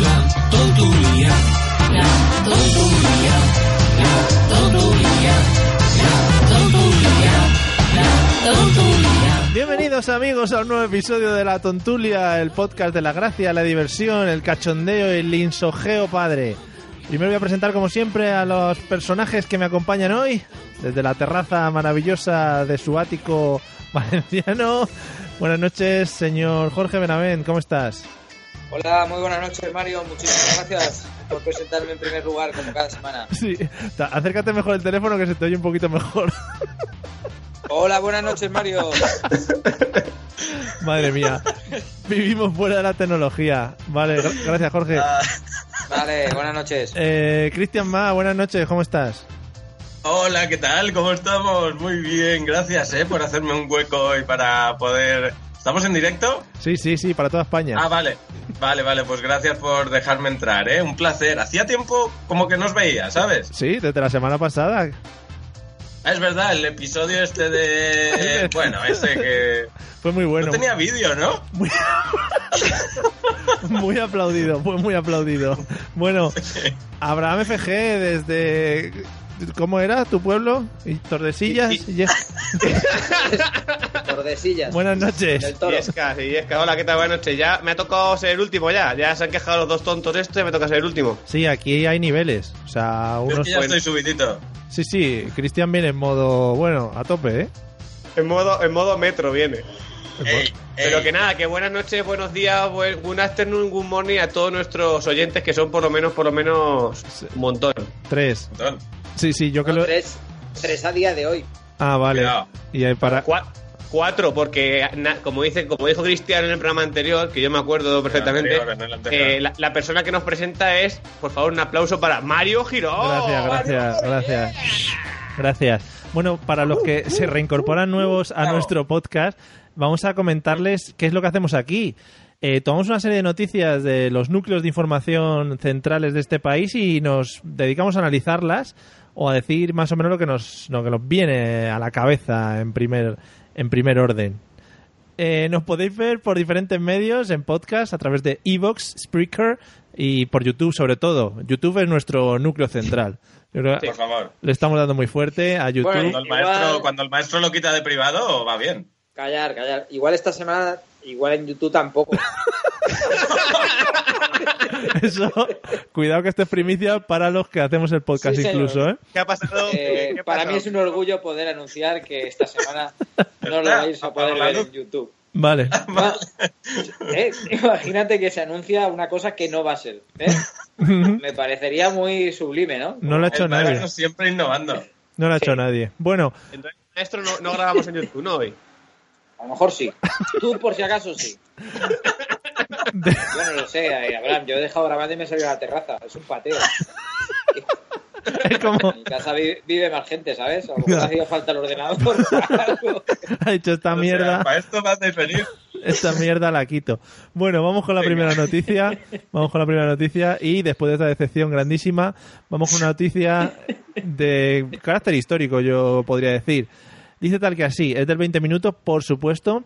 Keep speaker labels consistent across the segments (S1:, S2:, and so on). S1: La tontulia, la tontulia, la tontulia, la tontulia, la tontulia.
S2: Bienvenidos amigos a un nuevo episodio de La Tontulia, el podcast de la gracia, la diversión, el cachondeo y el insojeo padre. Primero voy a presentar como siempre a los personajes que me acompañan hoy, desde la terraza maravillosa de su ático valenciano. Buenas noches, señor Jorge Benavent, ¿cómo estás?
S3: Hola, muy buenas noches Mario, muchísimas gracias por presentarme en primer lugar como cada semana.
S2: Sí, ta- acércate mejor el teléfono que se te oye un poquito mejor.
S3: Hola, buenas noches Mario.
S2: Madre mía, vivimos fuera de la tecnología. Vale, gra- gracias Jorge.
S3: Vale, buenas noches.
S2: Eh, Cristian Ma, buenas noches, ¿cómo estás?
S4: Hola, ¿qué tal? ¿Cómo estamos? Muy bien, gracias eh, por hacerme un hueco hoy para poder... ¿Estamos en directo?
S2: Sí, sí, sí, para toda España.
S4: Ah, vale. Vale, vale, pues gracias por dejarme entrar, ¿eh? Un placer. Hacía tiempo como que no os veía, ¿sabes?
S2: Sí, desde la semana pasada.
S4: Ah, Es verdad, el episodio este de... Bueno, ese que...
S2: Fue muy bueno.
S4: No tenía vídeo, ¿no?
S2: Muy aplaudido, fue muy aplaudido. Bueno, Abraham FG desde... ¿Cómo era tu pueblo? ¿Y Tordesillas.
S4: Y-
S2: Yes.
S3: Tordesillas.
S2: Buenas
S3: Del
S2: noches.
S3: toro.
S5: Yesca, sí, Yesca, hola, ¿qué tal? Buenas noches. Ya me ha tocado ser el último, ya. Ya se han quejado los dos tontos estos y me toca ser el último.
S2: Sí, aquí hay niveles. O sea,
S4: Yo es
S2: unos...
S4: que ya estoy subidito.
S2: Sí, sí, Cristian viene en modo, bueno, a tope, ¿eh?
S5: En modo, en modo metro viene.
S4: Ey,
S5: Pero
S4: ey.
S5: que nada, que buenas noches, buenos días, buen, good afternoon, good morning a todos nuestros oyentes que son por lo menos, por lo menos un montón.
S2: Tres.
S4: Perdón.
S2: Sí, sí, yo que
S3: No,
S2: lo...
S3: tres, tres a día de hoy.
S2: Ah, vale.
S4: Cuidado.
S2: Y ahí para...
S5: Cua- cuatro, porque na- como dice, como dijo Cristian en el programa anterior, que yo me acuerdo perfectamente,
S4: anterior, en el anterior.
S5: eh, la, la persona que nos presenta es, por favor, un aplauso para Mario Girón.
S2: Gracias, gracias, gracias. Gracias. Bueno, para los que se reincorporan nuevos a nuestro podcast, vamos a comentarles qué es lo que hacemos aquí. Eh, tomamos una serie de noticias de los núcleos de información centrales de este país y nos dedicamos a analizarlas o a decir más o menos lo que nos, lo que nos viene a la cabeza en primer, en primer orden. Eh, nos podéis ver por diferentes medios, en podcast, a través de Evox, Spreaker y por YouTube sobre todo. YouTube es nuestro núcleo central. Yo creo que
S4: Por favor.
S2: Le estamos dando muy fuerte a YouTube.
S3: Bueno,
S4: Cuando el,
S3: Igual.
S4: maestro, cuando el maestro lo quita de privado, va bien.
S3: Callar, callar. Igual esta semana, igual en YouTube tampoco.
S2: Eso, cuidado que esto es primicia para los que hacemos el podcast
S3: Sí, señor.
S2: incluso, ¿eh?
S5: ¿Qué ha pasado?
S3: Eh,
S5: ¿Qué ha
S3: para
S5: pasado?
S3: mí es un orgullo poder anunciar que esta semana no lo
S4: Espera,
S3: vais a poder
S4: apago la
S3: ver
S4: luz.
S3: en YouTube.
S2: Vale.
S3: Va- ¿Eh? Imagínate que se anuncia una cosa que no va a ser. ¿eh? Me parecería muy sublime, ¿no?
S2: No lo ha hecho
S4: el maestro
S2: nadie.
S4: siempre innovando.
S2: No lo ha hecho nadie. Bueno,
S5: Entonces, maestro, no, no grabamos en YouTube, ¿no? Hoy.
S3: A lo mejor sí. Tú, por si acaso, sí. Yo no lo sé, eh, Abraham. Yo he dejado grabando y me he salido a la terraza. Es un pateo.
S2: es como
S3: En mi casa vi- vive, más gente, ¿sabes? A lo mejor ha sido falta el ordenador. o algo.
S2: ha dicho esta
S4: O sea,
S2: mierda.
S4: para esto va a venir.
S2: Esta mierda la quito. Bueno, vamos con la primera noticia. Vamos con la primera noticia. Y después de esta decepción grandísima, vamos con una noticia de carácter histórico, yo podría decir. Dice tal que así, es del 20 minutos, por supuesto.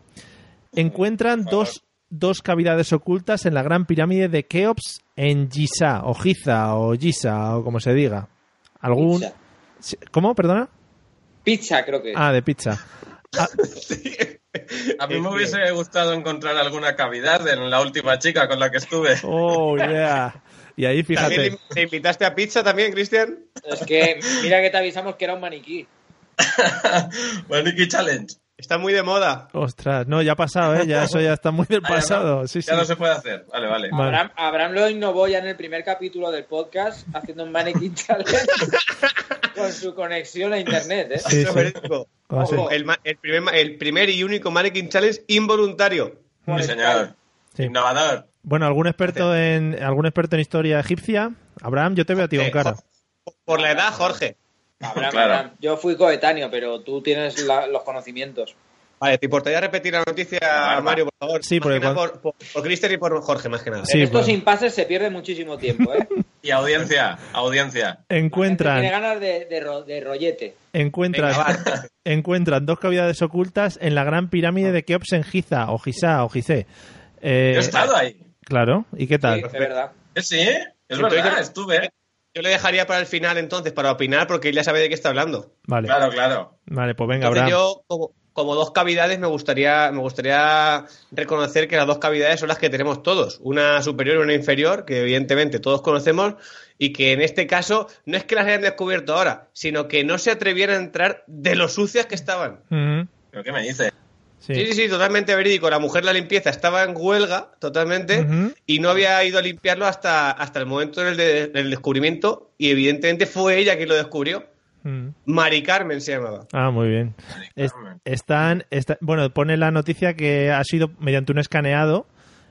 S2: Encuentran dos, dos cavidades ocultas en la gran pirámide de Keops en Giza, o Giza, o Giza, o como se diga. ¿Algún...
S3: Pizza. Eh.
S2: ¿Cómo? ¿Perdona?
S3: Pizza, creo que. es.
S2: Ah, de pizza.
S4: A mí me hubiese gustado encontrar alguna cavidad en la última chica con la que estuve.
S2: Oh, yeah. Y ahí fíjate.
S5: ¿También te- te invitaste a pizza también, Cristian?
S3: Es que mira que te avisamos que era un maniquí.
S4: Maniquí Challenge.
S5: Está muy de moda.
S2: Ostras, no, ya ha pasado, ¿eh? Ya, eso ya está muy del
S4: Ah, ya no.
S2: pasado. Sí, sí.
S4: Ya no se puede hacer. Vale, vale.
S2: Vale.
S3: Abraham, Abraham lo innovó ya en el primer capítulo del podcast haciendo un maniquí challenge. con su conexión a internet, ¿eh?
S2: Sí, Ah,
S5: Lo
S2: sí.
S5: merezco.
S2: ¿Cómo así?
S5: Ojo, el, ma- el primer, ma- el primer y único Mannequin Challenge involuntario.
S4: Sí, señor.
S2: Sí.
S4: Innovador.
S2: Bueno, algún experto en algún experto en historia egipcia, Abraham, yo te veo a ti con
S5: Eh,
S2: cara.
S5: Por la edad, Jorge.
S3: Abraham,
S4: Claro.
S3: Abraham, Yo fui coetáneo, pero tú tienes la- los conocimientos.
S5: Vale, ¿te importaría repetir la noticia,
S4: barba.
S5: Mario, por favor?
S2: Sí,
S5: Más que
S2: porque
S5: nada
S2: cuando-
S5: por, por, por Cristian y por Jorge, más que nada.
S2: Sí,
S3: en estos
S2: bueno.
S3: impases se pierde muchísimo tiempo, ¿eh?
S4: Y audiencia, audiencia.
S3: Tiene
S2: Encuentran,
S3: ganas de, de ro- de rollete.
S2: encuentran,
S5: Venga,
S2: encuentran dos cavidades ocultas en la gran pirámide de Keops en Giza, o Giza, o Gizeh. Eh,
S4: Yo he estado ahí.
S2: claro, ¿y qué
S3: Sí,
S2: tal?
S3: es verdad.
S4: Eh, Sí, es
S5: Entonces,
S4: verdad,
S5: yo-
S4: estuve.
S5: Yo le dejaría para el final entonces, para opinar, porque él ya sabe de qué está hablando.
S2: Vale,
S4: Claro, claro.
S2: vale, pues venga,
S5: Entonces
S2: Abraham.
S5: yo, como, como dos cavidades, me gustaría, me gustaría reconocer que las dos cavidades son las que tenemos todos, una superior y una inferior, que evidentemente todos conocemos, y que en este caso no es que las hayan descubierto ahora, sino que no se atrevieron a entrar de lo sucias que estaban.
S2: Ujú,
S4: ¿Pero qué me dices?
S2: sí.
S5: Sí, sí, sí, totalmente verídico. La mujer de la limpieza estaba en huelga totalmente
S2: Ujú.
S5: y no había ido a limpiarlo hasta, hasta el momento del, de- del descubrimiento y evidentemente fue ella quien lo descubrió.
S2: Ujú.
S5: Mari Carmen se llamaba.
S2: Ah, muy bien. Es- están, está- bueno, pone la noticia que ha sido mediante un escaneado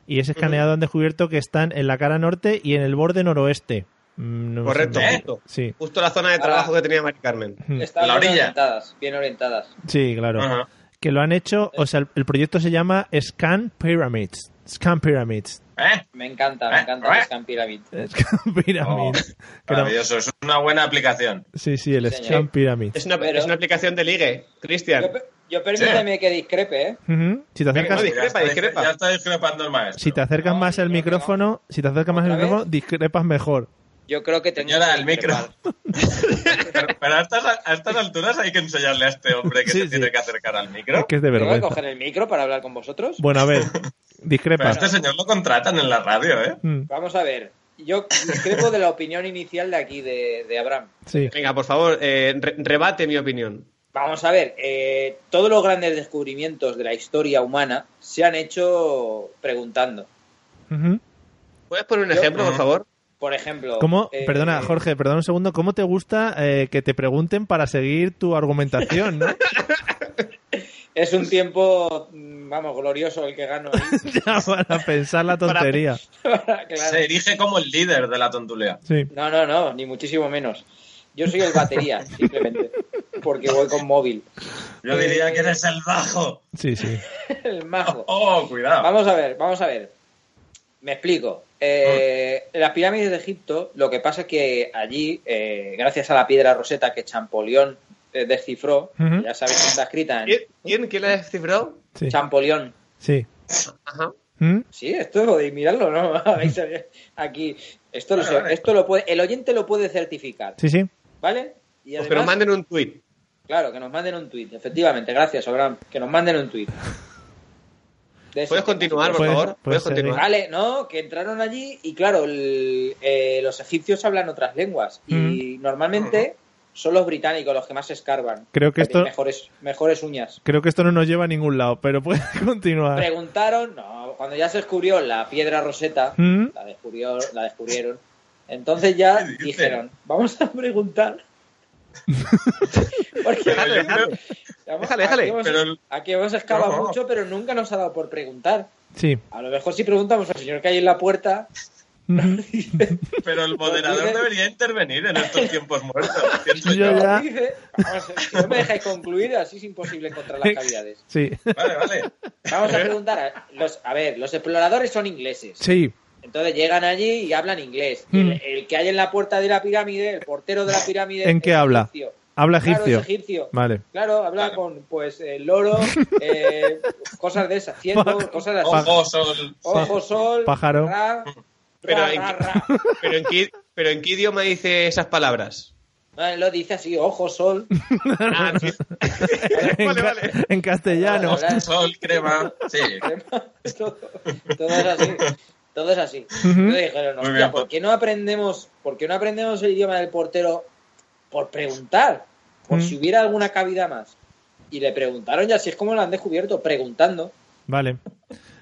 S2: y ese escaneado han descubierto que están en la cara norte y en el borde noroeste. Mm, no sé,
S5: Correcto,
S3: ¿Eh?
S2: no.
S5: justo.
S2: Sí,
S5: Justo la zona de
S3: Ahora-
S5: trabajo que tenía Mari Carmen.
S2: Mm.
S3: Están
S4: La
S3: bien
S4: orilla.
S3: orientadas, bien orientadas.
S2: sí, claro.
S4: Ajá.
S2: Que lo han hecho, o sea, el, el proyecto se llama Scan Pyramids. Scan Pyramids.
S4: ¿Eh?
S3: Me encanta, me
S4: Eh,
S3: encanta
S4: eh.
S3: el Scan Pyramid.
S2: Scan
S3: Oh,
S2: Pyramids. Que no-
S4: Maravilloso, es una buena aplicación.
S2: sí, sí, el
S3: Sí,
S2: Scan
S3: señor.
S2: Pyramids.
S5: Es una,
S3: Pero-
S5: es una aplicación de ligue, Cristian.
S3: Yo, pe- yo permíteme que discrepe, ¿eh?
S2: Ujú. Si te acercas,
S5: Venga, discrepa,
S4: Ya está-
S5: discrepa.
S4: Ya está discrepando el maestro.
S2: si te acercas
S3: No,
S2: más
S3: yo
S2: al
S3: creo que no.
S2: micrófono, si te acercas más al
S3: ¿Otra vez?
S2: micrófono, discrepas mejor.
S3: Yo creo que tengo
S4: Señora,
S3: que
S4: el micro.
S3: discrepar.
S4: Pero, pero a, estas, a estas alturas hay que enseñarle a este hombre que
S2: Sí,
S4: se
S2: sí.
S4: tiene que acercar al micro.
S2: Es que es de
S3: ¿Tengo que
S2: vergüenza.
S3: coger el micro para hablar con vosotros?
S2: Bueno, a ver,
S4: Pero a
S2: discrepas.
S4: este señor lo contratan en la radio, ¿eh?
S2: Mm,
S3: Vamos a ver. Yo discrepo de la opinión inicial de aquí, de, de Abraham.
S2: Sí.
S5: Venga, por favor, eh, re- rebate mi opinión.
S3: Vamos a ver, eh, todos los grandes descubrimientos de la historia humana se han hecho preguntando.
S2: Ujú.
S5: ¿Puedes poner un
S3: Yo-
S5: ejemplo, por
S4: Ujú.
S5: favor?
S3: Por ejemplo...
S2: ¿Cómo,
S3: eh,
S2: perdona, Jorge, perdona un segundo, ¿cómo te gusta eh, que te pregunten para seguir tu argumentación? ¿no?
S3: Es un tiempo, mm, vamos, glorioso el que gano. ahí.
S2: Ya, para pensar la tontería.
S3: Claro.
S4: Se erige como el líder de la tontulea.
S2: Sí.
S3: No, no, no, ni muchísimo menos. Yo soy el batería, simplemente, porque voy con móvil.
S4: Yo diría que eres el bajo.
S2: Sí, sí.
S3: El majo.
S4: Oh, cuidado.
S3: Vamos a ver, vamos a ver. Me explico. Eh, las pirámides de Egipto, lo que pasa es que allí, eh, gracias a la piedra roseta que Champollion eh, descifró,
S2: Ujú.
S3: ya sabéis que está escrita en
S5: ¿Quién, quién, quién la ha descifrado? Pues
S2: Sí.
S3: Champollion.
S2: sí.
S5: Ajá.
S2: ¿Mm?
S3: Sí, esto lo de mirarlo, ¿no? Habéis sabido. Aquí, esto lo,
S4: Vale, vale.
S3: esto lo puede, el oyente lo puede certificar,
S2: Sí, sí.
S3: ¿vale? Y además,
S5: Pues que nos manden un tuit.
S3: claro, que nos manden un tuit, efectivamente, gracias, Abraham, que nos manden un tuit. De ese
S5: ¿Puedes
S3: tema.
S5: continuar, por
S2: Puedes-
S5: favor?
S2: puedes
S5: ¿Puedes continuar?
S3: Vale, no, que entraron allí y claro, el- eh, los egipcios hablan otras lenguas y normalmente son los británicos los que más escarban.
S2: Creo que esto-
S3: Tienen Mejores, mejores uñas.
S2: Creo que esto no nos lleva a ningún lado, pero puede continuar.
S3: Preguntaron, no, cuando ya se descubrió la piedra roseta,
S2: ¿Mm?
S3: la, descubrió, la descubrieron, entonces ya
S4: ¿Qué dices?
S3: dijeron, vamos a preguntar. Porque
S4: Pero yo creo-
S3: vamos-
S5: déjale, déjale,
S3: aquí hemos-
S4: pero-
S3: Aquí hemos excavado
S4: No.
S3: mucho, pero nunca nos ha dado por preguntar.
S2: Sí.
S3: A lo mejor si preguntamos al señor que hay en la puerta,
S2: Ujú.
S4: pero el moderador debería intervenir en estos tiempos muertos. pienso
S2: Yo
S4: yo.
S2: ya-
S3: Dice- Vamos, si no me dejáis concluir, así es imposible encontrar las cavidades.
S2: Sí.
S4: Vale, vale.
S3: Vamos a preguntar a los, a ver, los exploradores son ingleses.
S2: Sí.
S3: Entonces llegan allí y hablan inglés. Y
S2: Mm.
S3: El, el que hay en la puerta de la pirámide, el portero de la pirámide.
S2: ¿En qué
S3: es
S2: habla?
S3: egipcio.
S2: Habla
S3: Claro,
S2: egipcio.
S3: es egipcio.
S2: Vale.
S3: Claro, habla
S4: Claro.
S3: con pues el loro, eh, cosas de esas, cielo,
S2: Pájaro.
S3: cosas de esas.
S4: Ojo, sol.
S3: Ojo, sol,
S2: Pájaro.
S3: ra,
S5: Pero
S3: ra,
S5: en-
S3: ra, ra.
S5: Pero en, qué, pero en qué idioma dice esas palabras?
S3: No, él lo dice así, ojo, sol.
S5: Ah, sí.
S2: En,
S5: vale,
S2: ca-
S5: vale.
S2: en castellano.
S3: Hola.
S4: Ojo, sol, crema. Sí.
S3: todo, todo es así. Todo es así. Entonces dijeron,
S4: Muy
S3: "Hostia,
S4: bien, pues
S3: ¿por qué no aprendemos, por qué no aprendemos el idioma del portero por preguntar? Por
S2: Mm.
S3: si hubiera alguna cavidad más. Y le preguntaron ya si es como lo han descubierto, preguntando.
S2: Vale.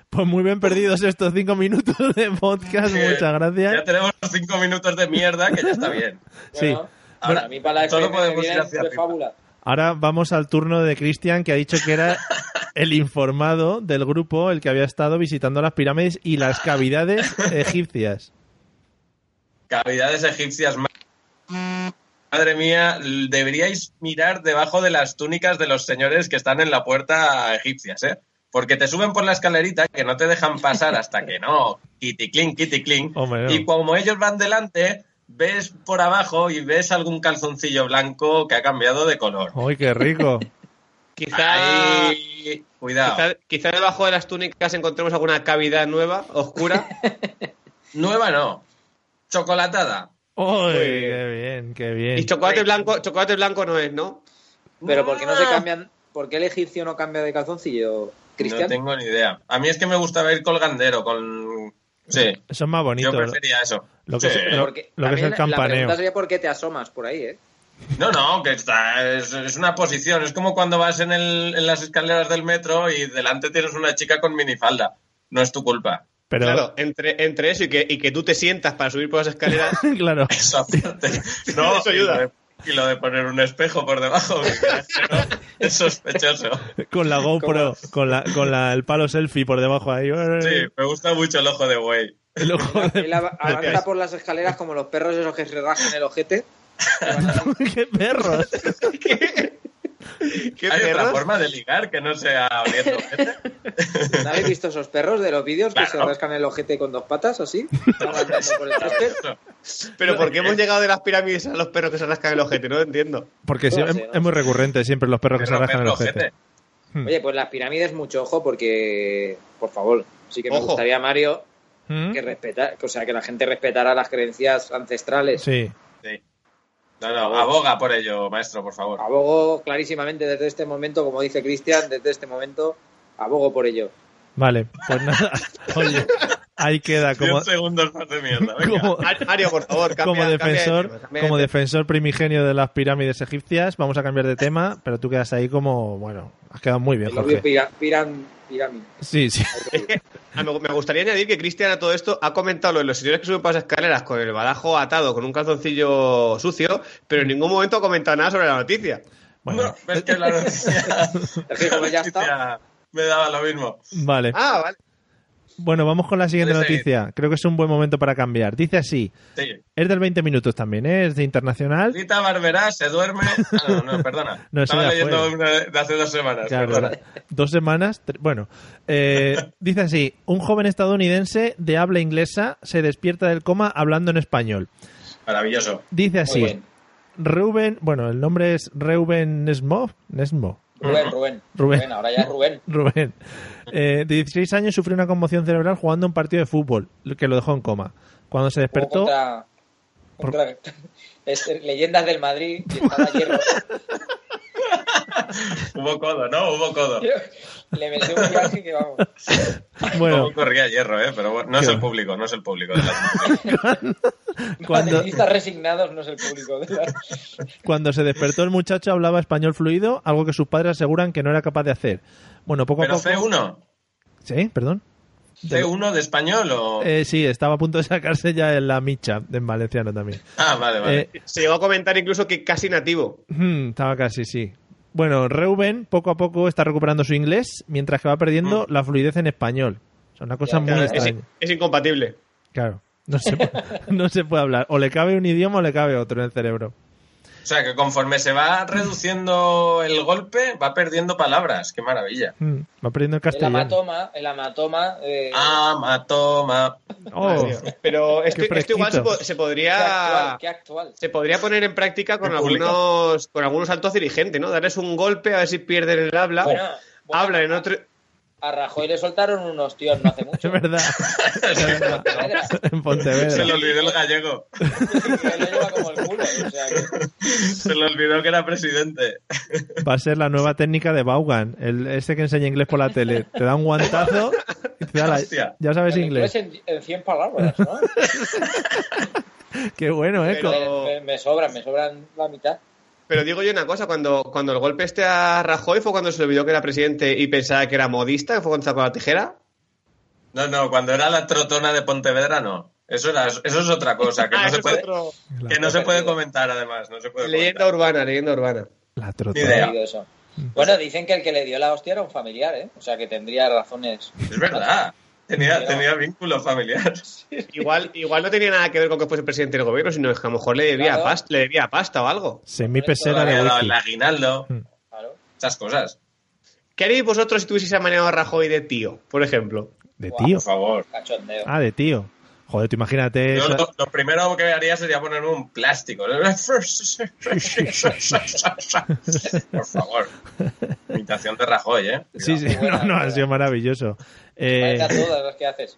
S2: Pues muy bien perdidos estos cinco minutos de podcast. Muchas
S4: Ya
S2: gracias.
S4: tenemos cinco minutos de mierda que ya está bien.
S2: Sí.
S3: Bueno, Ahora, a mí para la
S4: Solo
S3: FM me
S4: podemos ir
S3: viene
S4: hacia
S3: de
S4: arriba.
S3: fábula.
S2: Ahora vamos al turno de Cristian, que ha dicho que era el informado del grupo, el que había estado visitando las pirámides y las cavidades egipcias.
S4: Cavidades egipcias. ma- Madre mía, l- deberíais mirar debajo de las túnicas de los señores que están en la puerta egipcias, ¿eh? Porque te suben por la escalerita que no te dejan pasar hasta que no, kitty clink, kitty clink.
S2: Hombre, no.
S4: Y como ellos van delante, ves por abajo y ves algún calzoncillo blanco que ha cambiado de color.
S2: ¡Uy, qué rico!
S5: Quizá,
S4: Ahí, cuidado.
S5: quizá, quizá debajo de las túnicas encontremos alguna cavidad nueva, oscura.
S4: Nueva no. Chocolatada.
S2: ¡Uy,
S5: Pues-
S2: qué bien, qué bien!
S5: y chocolate blanco, chocolate blanco no es, ¿no?
S3: Pero ¿por qué no se
S4: Ah.
S3: cambian? ¿Por qué el egipcio no cambia de calzoncillo,
S4: No
S3: Cristian?
S4: tengo ni idea. A mí es que me gustaba ir colgandero con... Sí,
S2: Son más bonitos.
S4: yo prefería eso.
S2: Lo que
S4: Sí.
S2: se-
S3: Pero porque
S2: lo que es
S3: también
S2: el campaneo.
S3: La pregunta sería por qué te asomas por ahí, ¿eh?
S4: No, no, que está, es, es una posición. Es como cuando vas en, el- en las escaleras del metro y delante tienes una chica con minifalda. No es tu culpa.
S2: Pero,
S5: Claro, entre, entre eso y que, y que tú te sientas para subir por las escaleras,
S2: claro.
S4: Eso aparte. No,
S5: Eso ayuda.
S4: Y lo, de, y lo de poner un espejo por debajo. que creas que no, es sospechoso.
S2: con la GoPro, con, la, con la- el palo selfie por debajo ahí.
S4: Sí, me gusta mucho el ojo de güey.
S2: El ojo
S3: Él
S2: de...
S3: av- avanza por las escaleras como los perros esos que se rajan el ojete.
S2: ¡Qué perros!
S5: ¿qué
S4: Hay otra
S5: perros?
S4: forma de ligar que no sea abriendo gente.
S3: ¿No habéis visto esos perros de los vídeos que se
S4: Claro.
S3: rascan el ojete con dos patas así? Avanzando por el césped.
S5: Pero ¿por qué hemos
S4: eh.
S5: llegado de las pirámides a los perros que se rascan el ojete? No lo entiendo.
S2: Porque sí,
S3: No
S2: es,
S3: sé, no
S2: es muy recurrente siempre los perros que se
S4: Perro,
S2: rajan el
S4: perro,
S2: ojete.
S4: ojete.
S3: Oye, pues las pirámides mucho ojo porque, por favor, sí que me
S5: Ojo.
S3: gustaría, Mario,
S2: ¿Mm?
S3: que respeta, o sea, que la gente respetara las creencias ancestrales.
S2: Sí.
S4: Sí. No, no, aboga por ello, maestro, por favor.
S3: Abogo clarísimamente desde este momento, como dice Cristian, desde este momento abogo por ello.
S2: Vale, pues nada. Oye, ahí queda como...
S4: 10 segundos más de mierda. venga.
S2: como-
S5: Ar- Mario, por favor, cambia,
S2: como
S5: cambia de
S2: defensor,
S5: tema, cambia de
S2: como
S5: tema.
S2: defensor primigenio de las pirámides egipcias, vamos a cambiar de tema, pero tú quedas ahí como, bueno, has quedado muy bien,
S3: El obvio
S2: Jorge.
S3: pira- piram- pirámide.
S2: Sí, sí.
S5: Ah, me, me gustaría añadir que Cristian a todo esto ha comentado lo de los señores que suben por las escaleras con el badajo atado, con un calzoncillo sucio, pero en ningún momento ha comentado nada sobre la noticia.
S2: Bueno,
S4: No, es que la noticia,
S3: que como ya está.
S4: la noticia me daba lo mismo.
S2: vale.
S5: Ah, vale.
S2: Bueno, vamos con la siguiente
S4: Puedes seguir.
S2: noticia. Creo que es un buen momento para cambiar. Dice así,
S4: Sí.
S2: es del 20 minutos también, ¿eh? es de internacional.
S4: Rita Barberá se duerme. Ah, no, no, perdona.
S2: No, eso
S4: Estaba
S2: ya
S4: leyendo
S2: fue.
S4: una de de hace dos semanas.
S2: Claro,
S4: perdona.
S2: ahora, dos semanas. tre- Bueno, Eh, dice así: un joven estadounidense de habla inglesa se despierta del coma hablando en español.
S4: Maravilloso.
S2: Dice
S3: Muy
S2: así:
S3: bien.
S2: Reuben, bueno, el nombre es Reuben Nesmo, Nesmo,
S3: Rubén, Rubén,
S2: Rubén.
S3: Rubén. ahora ya es Rubén.
S2: Rubén, eh, de 16 años sufrió una conmoción cerebral jugando un partido de fútbol lo que lo dejó en coma. Cuando se
S3: Jugó
S2: despertó,
S3: Contra, contra- es- leyendas del Madrid y estaba hierro.
S4: Hubo codo, ¿no? Hubo codo.
S3: Le metió un viaje que vamos.
S2: bueno,
S4: Como corría hierro, ¿eh? Pero bueno, no es
S2: Qué
S4: el
S2: bueno.
S4: público, no es el público. de la-
S2: Cuando-
S3: Madridistas resignados no es el público. ¿verdad?
S2: cuando se despertó el muchacho hablaba español fluido, algo que sus padres aseguran que no era capaz de hacer. Bueno, poco a
S4: Pero
S2: poco.
S4: C1,
S2: Sí, perdón.
S4: C1 de español o.
S2: Eh, sí, estaba a punto de sacarse ya en la micha en valenciano también.
S4: Ah, vale, vale.
S2: Eh,
S5: Se llegó a comentar incluso que casi nativo.
S2: Hmm, estaba casi, sí. Bueno, Reuben poco a poco está recuperando su inglés mientras que va perdiendo la fluidez en español. Es una cosa
S3: Mm. Ya,
S2: muy
S3: claro,
S5: Es,
S2: extraña.
S5: es incompatible.
S2: Claro, no se, pu- no se puede hablar. O le cabe un idioma o le cabe otro en el cerebro.
S4: O sea, que conforme se va reduciendo el golpe, va perdiendo palabras. Qué maravilla.
S2: Hmm, va perdiendo el
S3: El
S2: castellano.
S3: amatoma, el amatoma. eh,
S4: Ama, toma.
S2: Oh,
S5: Pero esto,
S2: Qué
S5: esto igual se, po-
S2: fresquito.
S5: se
S3: qué
S5: podría
S3: actual, qué actual.
S5: se podría poner en práctica con
S4: Qué público.
S5: algunos con algunos altos dirigentes, ¿no? Darles un golpe a ver si pierden el habla.
S3: Bueno, bueno,
S5: hablan en otro
S3: A Rajoy le soltaron un ostión no hace mucho.
S2: es verdad. Es verdad. en
S4: Se le
S2: Pontevedra.
S4: olvidó el gallego.
S3: Que lo lleva como el culo. O sea, que-
S4: Se le olvidó que era presidente.
S2: Va a ser la nueva técnica de Vaughan, el, ese que enseña inglés por la tele. Te da un guantazo y te da la-
S4: Hostia.
S2: Ya sabes
S3: en
S2: inglés.
S3: en, en 100 palabras, ¿no?
S2: Qué bueno, ¿eh?
S5: Pero-
S3: Me- me- me sobran, me sobran la mitad.
S5: Pero digo yo una cosa, cuando, cuando el golpe este a Rajoy fue cuando se olvidó que era presidente y pensaba que era modista, que fue cuando sacó la tijera.
S4: No, no, cuando era la trotona de Pontevedra, no. Eso, era- eso es otra cosa que
S5: Ah,
S4: no,
S5: eso
S4: se
S5: es
S4: puede,
S5: otro-
S4: que no se puede comentar, además. No se puede
S5: Leyenda
S4: comentar.
S5: urbana, leyenda urbana.
S2: La
S4: Ni idea.
S2: trota.
S4: Ya.
S3: eso. Bueno, dicen que el que le dio la hostia era un familiar, ¿eh? O sea, que tendría razones.
S4: Es verdad. Tenía,
S3: Pero-
S4: tenía vínculo familiar.
S5: Igual, igual no tenía nada que ver con que fuese presidente del gobierno, sino que a lo mejor le debía,
S3: Claro.
S5: pasta, le debía pasta o algo.
S2: Semipesera
S4: Le
S2: de
S4: había dado
S2: whisky.
S4: el aguinaldo,
S2: Mm.
S3: Claro.
S4: esas cosas.
S5: ¿Qué haríais vosotros si tuvieseis a Mariano Rajoy de tío, por ejemplo?
S2: De
S3: Guau.
S2: tío.
S4: Por favor.
S3: Cachondeo.
S2: Ah, de tío. Joder, tú imagínate.
S4: Yo
S2: esa-
S4: lo, lo primero que haría sería ponerme un plástico. Por favor. Imitación de Rajoy, ¿eh?
S2: Sí, sí,
S3: Buena,
S2: no, no, ha
S3: buena.
S2: sido maravilloso. Eh,
S3: Parece a todas las que haces.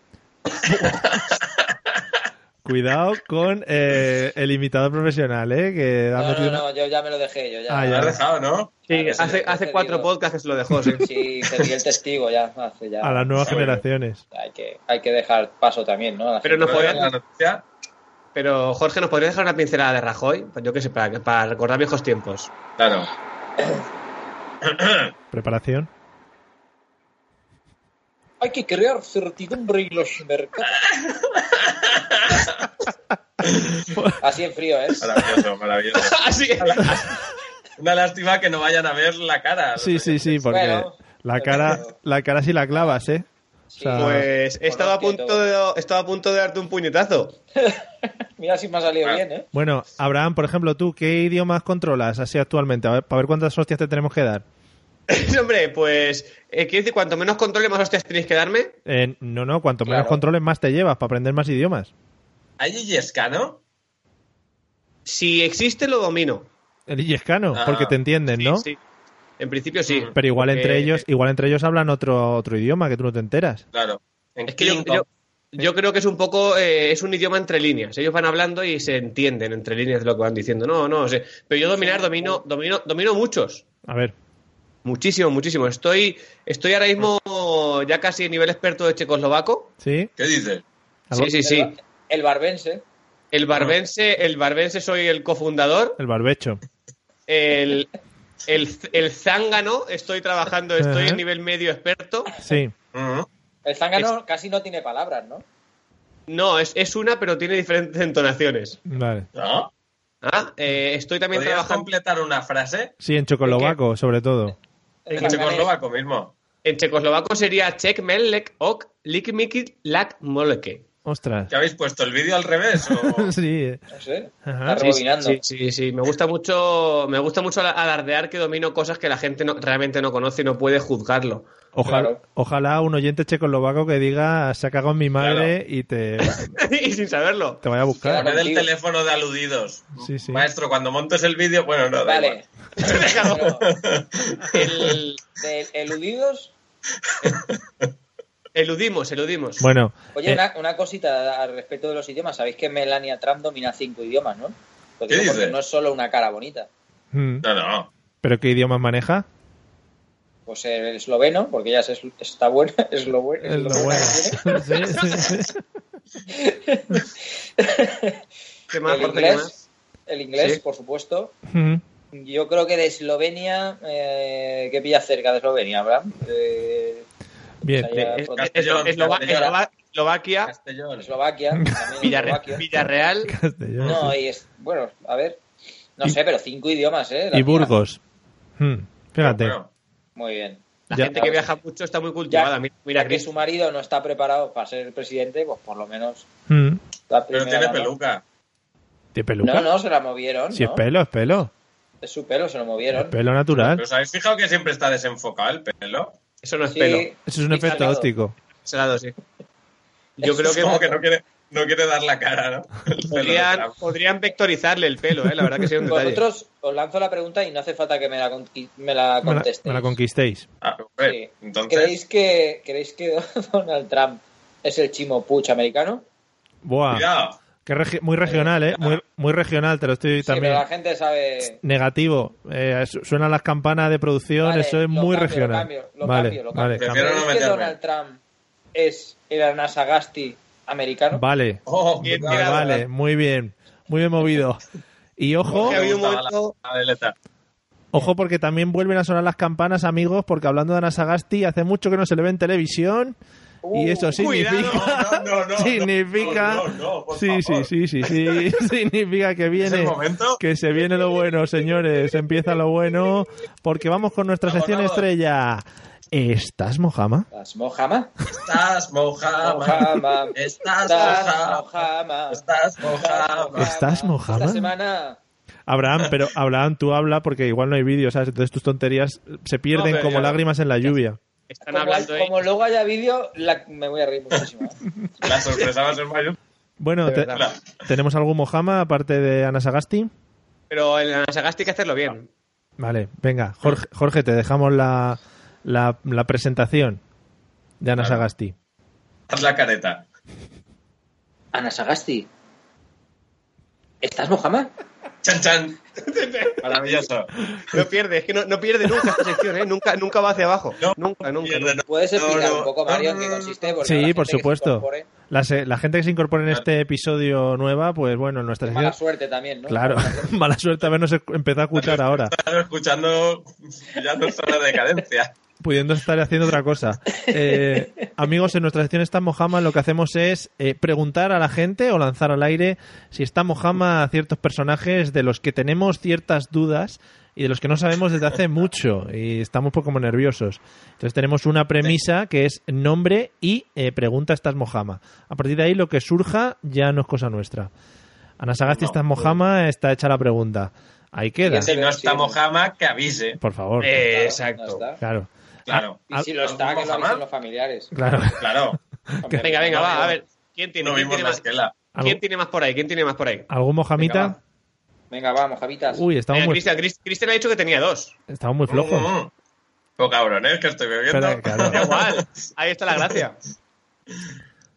S2: cuidado con eh, el imitador profesional, ¿eh? Que ha
S3: No,
S2: metido
S3: no,
S2: una-
S3: no, yo ya me lo dejé, yo ya.
S2: Ah,
S4: Lo
S2: ya.
S4: has dejado, ¿no?
S3: Sí,
S5: hace hace
S3: yo te
S5: cuatro
S3: digo.
S5: podcasts que se lo dejó, sí.
S3: Sí, te di el testigo ya, hace ya.
S2: a las nuevas
S4: Ah, bueno.
S2: generaciones.
S3: Hay que, hay que dejar paso también, ¿no? A la
S5: Pero
S3: gente.
S5: nos
S4: ¿No
S5: podías-
S4: veías la noticia?
S5: Pero Jorge, ¿nos podrías dejar una pincelada de Rajoy? Pues Yo qué sé, para, para recordar viejos tiempos.
S4: Claro.
S2: Preparación.
S3: Hay que crear certidumbre en los mercados. Así en frío, ¿eh?
S4: Maravilloso, maravilloso.
S5: Así,
S4: Una lástima que no vayan a ver la cara. los
S2: Sí, sí, sí, porque
S3: Bueno,
S2: la
S3: pero-
S2: cara, la cara sí la clavas, ¿eh?
S3: Sí.
S2: O sea,
S5: pues he estado, a punto de, he estado a punto de darte un puñetazo.
S3: Mira si me ha salido
S4: Ah.
S3: bien, ¿eh?
S2: Bueno, Abraham, por ejemplo, tú, ¿qué idiomas controlas así actualmente? A ver, para ver cuántas hostias te tenemos que dar.
S5: Hombre, pues eh, quiero decir, cuanto menos controle, más hostias tenéis que darme.
S2: Eh, no, no, cuanto menos
S3: Claro.
S2: controles, más te llevas para aprender más idiomas.
S4: ¿Hay Illesca, no?
S5: Si existe, lo domino.
S2: El yescano,
S4: Ah,
S2: porque te entienden, ¿Eh, ¿no?
S5: Sí, sí. En principio sí.
S4: Mm.
S2: Pero igual
S5: Porque-
S2: entre ellos, igual entre ellos hablan otro, otro idioma que tú no te enteras.
S4: Claro. En
S5: Es que yo,
S4: Klingon.
S5: yo- yo creo que es un poco, eh, es un idioma entre líneas. Ellos van hablando y se entienden entre líneas de lo que van diciendo. No, no, sé. Pero yo dominar, domino, domino, domino muchos.
S2: A ver,
S5: Muchísimo, muchísimo. Estoy, estoy ahora mismo ya casi en nivel experto de checoslovaco.
S2: ¿sí?
S4: ¿Qué dices?
S2: ¿Algo?
S5: Sí, sí, sí.
S3: El, el barbense.
S5: El barbense, el barbense soy el cofundador.
S2: El barbecho.
S5: El, el, el zángano, estoy trabajando, estoy
S2: Ajá.
S5: en nivel medio experto.
S2: Sí.
S4: Mm.
S3: El zángano casi no tiene palabras, ¿no?
S5: No, es, es una, pero tiene diferentes entonaciones.
S2: Vale.
S4: ¿No?
S5: Ah, eh, estoy también
S4: ¿Podrías
S5: trabajando.
S4: completar una frase?
S2: Sí, en checoslovaco, sobre todo.
S3: El
S4: En
S3: zanganés.
S4: checoslovaco mismo.
S5: En checoslovaco sería Czech Mellek Ok Likmiki Lak Moleke.
S2: Ostras.
S4: ¿Que habéis puesto el vídeo al revés? o-
S2: Sí. eh.
S3: No sé. Está
S2: Ajá.
S5: Ah, Sí, sí,
S3: rebobinando.
S5: sí, sí, sí. Me gusta mucho, me gusta mucho ala- alardear que domino cosas que la gente no- realmente no conoce y no puede juzgarlo.
S2: Ojalá,
S3: Claro.
S2: ojalá un oyente checoslovaco que diga se ha cagado en mi madre y te,
S5: y sin saberlo.
S2: te vaya a buscar.
S3: Claro.
S4: Poned el
S3: contigo.
S4: teléfono de aludidos.
S2: Sí, sí.
S4: Maestro, cuando montes el vídeo, bueno, no, da
S3: Vale.
S4: igual.
S3: Pero
S5: El-
S3: de eludidos.
S5: eludimos, eludimos.
S2: Bueno,
S3: Oye,
S2: eh,
S3: una, una cosita al respecto de los idiomas. Sabéis que Melania Trump domina cinco idiomas, ¿no? Lo
S4: ¿Qué
S3: digo porque
S4: dices?
S3: no es solo una cara bonita.
S2: mm,
S4: No, no.
S2: ¿pero qué idiomas maneja?
S3: Pues el esloveno, porque ella es, es- está buena, es lo bueno.
S2: Es lo bueno. Sí, sí, sí.
S5: ¿Qué más,
S3: El
S5: Jorge, qué más?
S3: inglés, el inglés,
S5: Sí.
S3: por supuesto.
S2: Mm.
S3: Yo creo que de Eslovenia, eh, ¿qué pilla cerca de Eslovenia, Abraham? Eh,
S2: Bien.
S3: o sea, ya
S5: Eh,
S3: por-
S5: eh, Eslova- Eslova- Eslova- Eslovaquia,
S4: Castellón.
S3: Eslovaquia, también
S5: Villarreal,
S3: Eslovaquia.
S5: Villarreal,
S2: Castellón.
S3: No, y es, bueno, a ver, no
S2: Y-
S3: sé, pero cinco idiomas, ¿eh? La
S2: y
S3: tía.
S2: Burgos. Mm, Fíjate.
S4: Bueno,
S3: Muy bien.
S5: la
S2: Ya.
S5: gente que viaja mucho está muy cultivada. Mira, mira,
S3: Ya que
S5: Chris.
S3: su marido no está preparado para ser presidente, pues por lo menos
S2: Mm.
S3: la
S4: pero
S3: primera
S4: tiene
S3: dama-
S4: peluca.
S2: ¿Tiene peluca?
S3: No, no, se la movieron.
S2: Si
S3: ¿no?
S2: es pelo, es pelo.
S3: Es su pelo, se lo
S2: Es
S3: movieron.
S2: pelo natural.
S4: ¿Pero os habéis fijado que siempre está desenfocado el pelo?
S5: Eso no es
S3: Sí,
S5: pelo.
S2: Eso es un
S3: sí,
S2: efecto
S3: claro.
S2: óptico.
S5: Ese lado sí. Yo creo que
S4: Como que no quiere, no quiere dar la cara, ¿no? El pelo de
S5: podrían,
S4: Trump.
S5: podrían vectorizarle el pelo, ¿eh? la verdad que sería un detalle.
S3: Vosotros os lanzo la pregunta y no hace falta que me la, conqui- me la
S2: Me la,
S3: contestéis.
S2: me la conquistéis.
S4: Ah, hombre,
S3: Sí.
S4: Entonces,
S3: ¿Creéis que, ¿Creéis que Donald Trump es el chimo puch americano?
S2: Buah.
S4: cuidado.
S2: Que regi- muy regional, ¿eh? Muy, muy regional, te lo estoy
S3: Sí, pero
S2: también.
S3: la gente sabe.
S2: Negativo. Eh, su- suenan las campanas de producción,
S3: Vale,
S2: eso es
S3: lo
S2: muy
S3: cambio,
S2: regional.
S3: Lo cambio, lo
S2: vale,
S3: cambio, lo
S2: vale,
S3: cambio.
S4: Prefiero
S3: ¿Creéis
S4: no
S3: que
S4: meterme.
S3: Donald Trump es el Anasagasti americano?
S2: Vale,
S4: Oh,
S5: Bien
S4: cuidado.
S5: tirado.
S2: vale, muy bien, muy bien movido. Y ojo,
S5: Jorge, ha habido un
S4: Me gustaba
S5: momento-
S4: la- la deleta.
S2: ojo porque también vuelven a sonar las campanas, amigos, porque hablando de Ana Sagasti, hace mucho que no se le ve en televisión y
S3: Uh.
S2: eso significa.
S4: Uh, Cuidado, no, no, no,
S2: significa.
S4: no, no, no, por
S2: sí,
S4: favor.
S2: sí, sí, sí, sí. significa que
S4: ¿Es el
S2: viene.
S4: momento?
S2: Que se viene lo bueno, señores. Empieza lo bueno. Porque vamos con nuestra
S4: Vamos,
S2: sección
S4: vamos.
S2: estrella. ¿Estás mojama?
S3: ¿Estás mojama?
S4: Estás mojama.
S3: Mojama.
S4: Estás
S3: Estás
S4: mojama.
S3: mojama.
S4: Estás
S3: Ah,
S4: mojama.
S2: ¿Estás mojama?
S3: Esta semana.
S2: Abraham, pero Abraham, tú habla porque igual no hay vídeo, ¿sabes? Entonces tus tonterías se pierden
S5: pero
S2: como
S5: ya-
S2: lágrimas en la lluvia.
S5: Están
S3: Como,
S5: hablando de-
S3: como luego haya vídeo, la- me voy a reír muchísimo. ¿eh?
S4: La sorpresa va a ser mayor.
S2: Bueno,
S5: de
S2: te-
S5: verdad.
S2: ¿tenemos algún mojama aparte de Ana Sagasti?
S5: Pero en la Sagasti hay que hacerlo bien.
S2: Vale, venga, Jorge, Jorge te dejamos la, la, la presentación de Ana
S4: Claro.
S2: Sagasti.
S4: Haz la careta.
S3: Ana Sagasti. ¿Estás mojama?
S4: Chan, chan. Maravilloso.
S5: No pierde, es que no, no pierde nunca esta sección, ¿eh? Nunca, nunca va hacia abajo.
S4: No,
S5: nunca, nunca.
S4: Pierde, no.
S3: ¿Puedes explicar
S4: No, no.
S3: un poco, Mario, en
S4: No,
S3: qué
S4: no, no,
S3: consiste? Porque la
S2: Sí,
S3: gente
S2: por
S3: que se
S2: supuesto.
S3: incorpore,
S2: La, se- la gente que se incorpora en este episodio nueva, pues bueno, en nuestra
S3: Mala
S2: sección...
S3: suerte también, ¿no?
S2: Claro, mala suerte habernos ec- empezado a escuchar ahora,
S4: Están escuchando ya nuestra decadencia.
S2: pudiendo estar haciendo otra cosa. Eh, amigos, en nuestra sección Está Mojama lo que hacemos es eh, preguntar a la gente o lanzar al aire si está Mojama a ciertos personajes de los que tenemos ciertas dudas y de los que no sabemos desde hace mucho y estamos pues como nerviosos. Entonces tenemos una premisa que es nombre y eh, pregunta estás Mojama. A partir de ahí lo que surja ya no es cosa nuestra. Ana Sagasti
S4: No,
S2: estás Mojama, está hecha la pregunta. Ahí queda.
S4: Si no
S3: Sí,
S4: está
S3: sí.
S4: Mojama, que avise.
S2: Por favor.
S5: Eh,
S3: Claro,
S5: exacto.
S3: no está.
S2: Claro.
S4: Claro,
S3: Y si lo está, que lo
S4: ¿Mojama?
S3: avisen los familiares.
S2: Claro.
S4: claro.
S3: Hombre,
S5: Venga, venga,
S4: No
S5: va,
S4: vimos-
S5: a ver. ¿Quién tiene,
S4: No
S5: quién
S4: vimos
S5: tiene
S4: la
S5: más?
S4: esquela.
S5: ¿Quién tiene más por ahí? ¿Quién tiene más por ahí?
S2: ¿Algún mojamita?
S5: Venga,
S3: Venga, vamos, Javitas.
S2: Uy, estamos
S5: Venga,
S2: muy,
S5: Cristian, Crist- Cristian ha dicho que tenía dos.
S2: estamos muy flojos.
S4: Mm, mm. Oh, cabrón, ¿eh? que estoy bebiendo.
S2: Espera, claro.
S5: Da igual. Ahí está la gracia.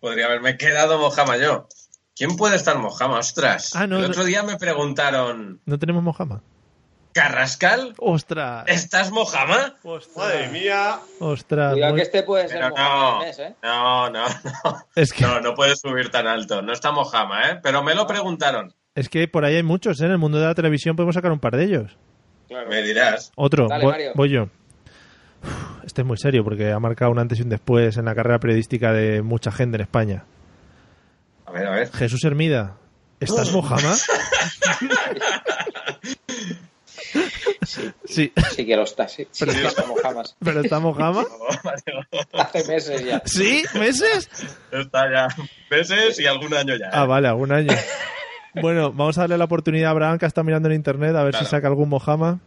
S4: Podría haberme quedado Mojama yo. ¿Quién puede estar Mojama? Ostras.
S2: Ah, no,
S4: El
S2: no-
S4: otro día me preguntaron,
S2: No tenemos mojama.
S4: ¿Carrascal?
S2: ¡Ostras!
S4: ¿Estás Mojama?
S5: mía.
S2: ¡Ostras!
S3: Cuidado
S2: muy-
S3: que este puede ser
S4: Pero
S3: mojama
S4: no,
S3: del mes, ¿eh?
S4: no, no, no,
S2: Es, que,
S4: no, no puedes subir tan alto. No está Mojama, ¿eh? Pero me lo preguntaron.
S2: es que por ahí hay muchos, ¿eh? En el mundo de la televisión podemos sacar un par de ellos.
S3: Claro.
S4: Me dirás.
S2: Otro,
S3: Dale,
S2: voy,
S3: Mario.
S2: voy yo. Uf, Este es muy serio porque ha marcado un antes y un después en la carrera periodística de mucha gente en España.
S4: A ver, a ver.
S2: Jesús Hermida, ¿estás mojama? sí,
S3: Sí que lo está, sí. Sí que está mojama.
S2: pero ¿está mojama?
S3: Hace meses ya.
S2: ¿Sí? ¿Meses?
S4: Está ya meses y algún año ya. ¿eh?
S2: Ah, vale, algún año. Bueno, vamos a darle la oportunidad a Abraham que está mirando en internet a ver
S4: Claro.
S2: si saca algún mojama.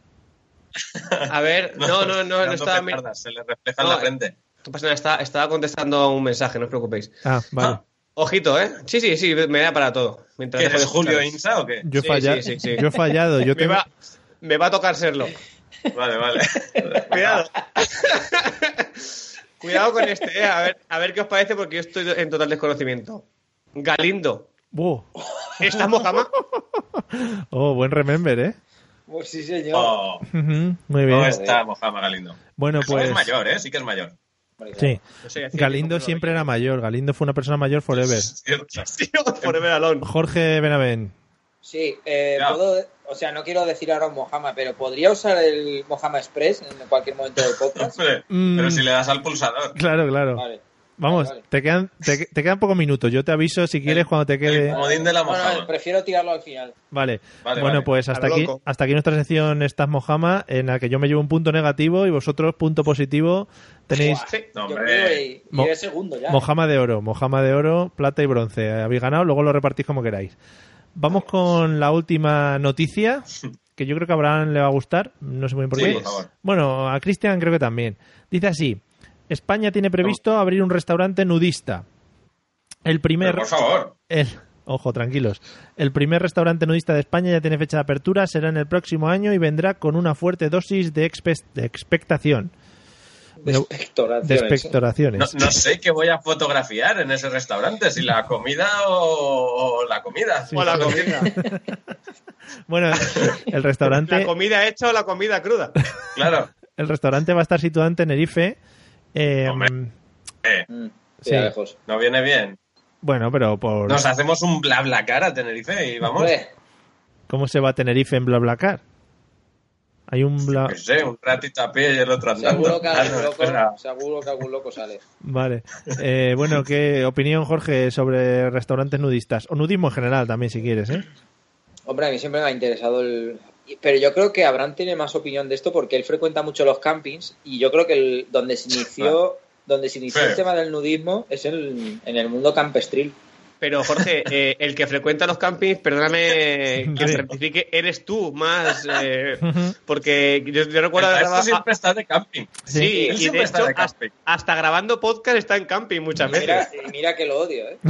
S5: A ver, no, no, no, no
S4: Dando
S5: estaba. mi-
S4: petardas, Se le refleja en
S5: No,
S4: la frente.
S5: No pasa nada, estaba, estaba contestando un mensaje, no os preocupéis.
S2: Ah, vale.
S5: Ojito, ¿eh? Sí, sí, sí, me da para todo. Mientras
S4: ¿Qué
S5: dejo de
S4: eres, Julio
S5: escucharos.
S4: Insa o qué?
S2: Yo he,
S5: Sí,
S2: falla-
S5: sí, sí, sí.
S2: Yo he fallado. Yo
S5: me,
S2: tengo-
S5: va, me va a tocar serlo.
S4: Vale, vale.
S5: Cuidado. Cuidado con este, ¿eh? A ver, a ver qué os parece, porque yo estoy en total desconocimiento. Galindo.
S2: Buh.
S5: ¿Estás mojama?
S2: Oh, buen remember, ¿eh?
S3: Pues Sí, señor.
S4: Oh,
S2: Ujú, Muy bien.
S4: no está Mojama Galindo.
S2: Bueno,
S4: Es
S2: pues...
S4: mayor, ¿eh? Sí que es mayor.
S3: Hombre,
S2: Sí.
S5: No sé, hacía tiempo que no
S2: Galindo
S5: lo
S2: siempre
S5: veía.
S2: era mayor. Galindo fue una persona mayor forever.
S4: Cierto.
S5: Tío, Forever alone.
S2: Jorge Benavén.
S3: Sí, eh,
S4: Ya.
S3: puedo, o sea, no quiero decir ahora un Mojama, pero podría usar el Mojama Express en cualquier momento del podcast.
S4: Hombre,
S2: Mm.
S4: Pero si le das al pulsador.
S2: Claro, claro.
S3: Vale.
S2: Vamos,
S3: vale.
S2: Te, quedan, te, te quedan pocos minutos. Yo te aviso si quieres cuando te quede...
S4: el- Comodín de la
S3: Bueno,
S4: Mojama.
S3: prefiero tirarlo al final.
S2: Vale.
S4: Vale,
S2: bueno,
S4: vale.
S2: pues hasta
S5: A lo
S2: aquí,
S5: loco.
S2: hasta aquí nuestra sección Estás Mojama, en la que yo me llevo un punto negativo y vosotros punto positivo. Tenéis
S5: Sí.
S4: No,
S3: Yo
S4: hombre.
S3: creo y, y
S2: Mo-
S3: eres segundo ya.
S2: Mojama de oro, Mojama de oro, plata y bronce. Habéis ganado, luego lo repartís como queráis. Vamos con la última noticia, que yo creo que a Abraham le va a gustar, no sé muy bien por
S4: Sí,
S2: qué.
S4: por favor.
S2: Bueno, a Cristian creo que también. Dice así, España tiene previsto abrir un restaurante nudista. El
S4: Pero
S2: primer...
S4: por favor.
S2: El, ojo, tranquilos. El primer restaurante nudista de España ya tiene fecha de apertura, será en el próximo año y vendrá con una fuerte dosis de, expe- de expectación,
S3: De expectoraciones,
S2: de
S3: ¿eh?
S2: expectoraciones.
S4: No, no sé qué voy a fotografiar en ese restaurante, si la comida o, o la comida.
S2: Sí.
S5: O la comida.
S2: Bueno, el restaurante...
S5: La comida hecha o la comida cruda.
S4: Claro.
S2: El restaurante va a estar situado en Tenerife. eh,
S4: Hombre. Eh,
S3: Mm,
S2: Sí.
S3: queda lejos.
S4: no viene bien.
S2: bueno, pero por
S4: Nos hacemos un bla bla cara, Tenerife, y vamos.
S3: Hombre,
S2: ¿cómo se va a Tenerife en BlaBlaCar? Hay un... bla-
S4: Que sé, un ratito a pie y el otro andando.
S3: Seguro que,
S4: Ah, no,
S3: algún
S4: espera.
S3: loco, seguro que algún loco sale.
S2: Vale. Eh, bueno, ¿qué opinión, Jorge, sobre restaurantes nudistas? O nudismo en general también, si quieres, ¿eh?
S3: Hombre, a mí siempre me ha interesado el... Pero yo creo que Abraham tiene más opinión de esto porque él frecuenta mucho los campings y yo creo que el- donde se inició, donde se inició
S4: Sí.
S3: el tema del nudismo es en, en el mundo campestril.
S5: Pero Jorge, eh, el que frecuenta los campings, perdóname
S2: Sí.
S5: que certifique, eres tú más. eh,
S2: Ujú.
S5: porque yo, yo recuerdo.
S4: Esto
S5: graba-
S4: siempre está de camping.
S5: sí,
S4: Él
S5: y de
S4: siempre está
S5: hecho, ah,
S4: de
S5: hasta,
S4: camping.
S5: hasta grabando podcast está en camping
S3: Y
S5: muchas
S3: mira,
S5: veces.
S3: y mira que lo odio, ¿eh?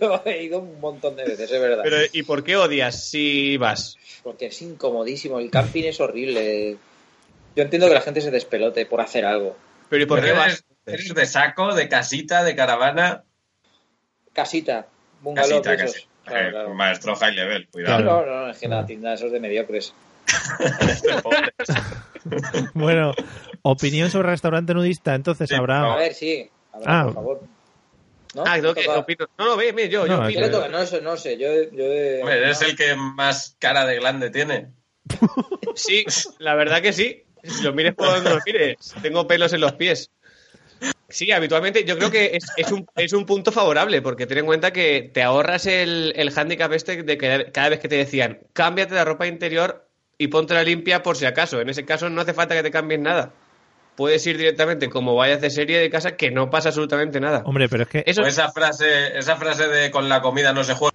S3: lo he ido un montón de veces, es verdad.
S5: Pero,
S4: eh,
S5: ¿y por qué odias si vas?
S3: Porque es incomodísimo, el camping es horrible. Yo entiendo que la gente se despelote por hacer algo.
S5: Pero ¿y por
S4: Pero
S5: qué vas?
S4: eres, eres de saco, de casita, de caravana.
S3: Casita, bungalow,
S4: Casita,
S3: de esos.
S4: casita.
S3: Claro,
S4: Eh,
S3: claro.
S4: Maestro high level, cuidado.
S3: No,
S2: Claro.
S3: no, no, es que la tienda, eso es de mediocres.
S4: este pobre.
S2: Bueno, opinión sobre restaurante nudista, entonces,
S4: Sí,
S2: Abraham.
S3: A ver, sí. A ver,
S2: Ah.
S3: por favor. ¿No?
S5: Ah, creo
S3: ¿Te
S5: que
S3: toca?
S5: opino- No, no, ve, ve, yo, yo
S2: No,
S3: ¿Qué
S5: opino.
S3: le toca? No, sé, no sé. Yo, yo he-
S4: Hombre, eres el que más cara de glande tiene.
S5: Sí, la verdad que sí. Si lo mires por donde lo mires. Tengo pelos en los pies. Sí, habitualmente yo creo que es, es un, es un punto favorable, porque ten en cuenta que te ahorras el, el hándicap este de que cada vez que te decían, cámbiate la ropa interior y ponte la limpia por si acaso. En ese caso no hace falta que te cambies nada. Puedes ir directamente como vayas de serie de casa que no pasa absolutamente nada.
S2: Hombre, pero es que...
S5: Eso
S4: O esa frase, esa frase de con la comida no se juega.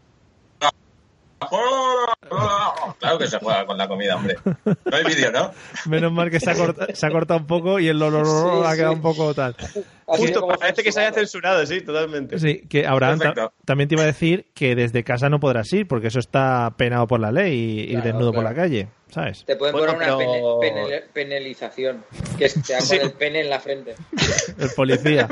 S4: Claro que se juega con la comida, hombre. No hay vídeo, ¿no?
S2: Menos mal que se ha, corta- se ha cortado un poco y el olor
S3: Sí,
S2: ha quedado
S3: sí.
S2: un poco tal.
S3: Ha sido
S5: justo
S3: como
S5: parece que se haya
S3: censurado.
S5: censurado, sí, totalmente.
S2: Sí, que Abraham ta-
S4: Perfecto.
S2: también te iba a decir que desde casa no podrás ir porque eso está penado por la ley y ir
S3: Claro,
S2: desnudo por
S3: claro.
S2: la calle, ¿sabes?
S3: Te pueden
S5: Bueno,
S3: poner una
S5: pero-
S3: pene- pene- penalización, que es te dan con el pene en la frente.
S2: El policía.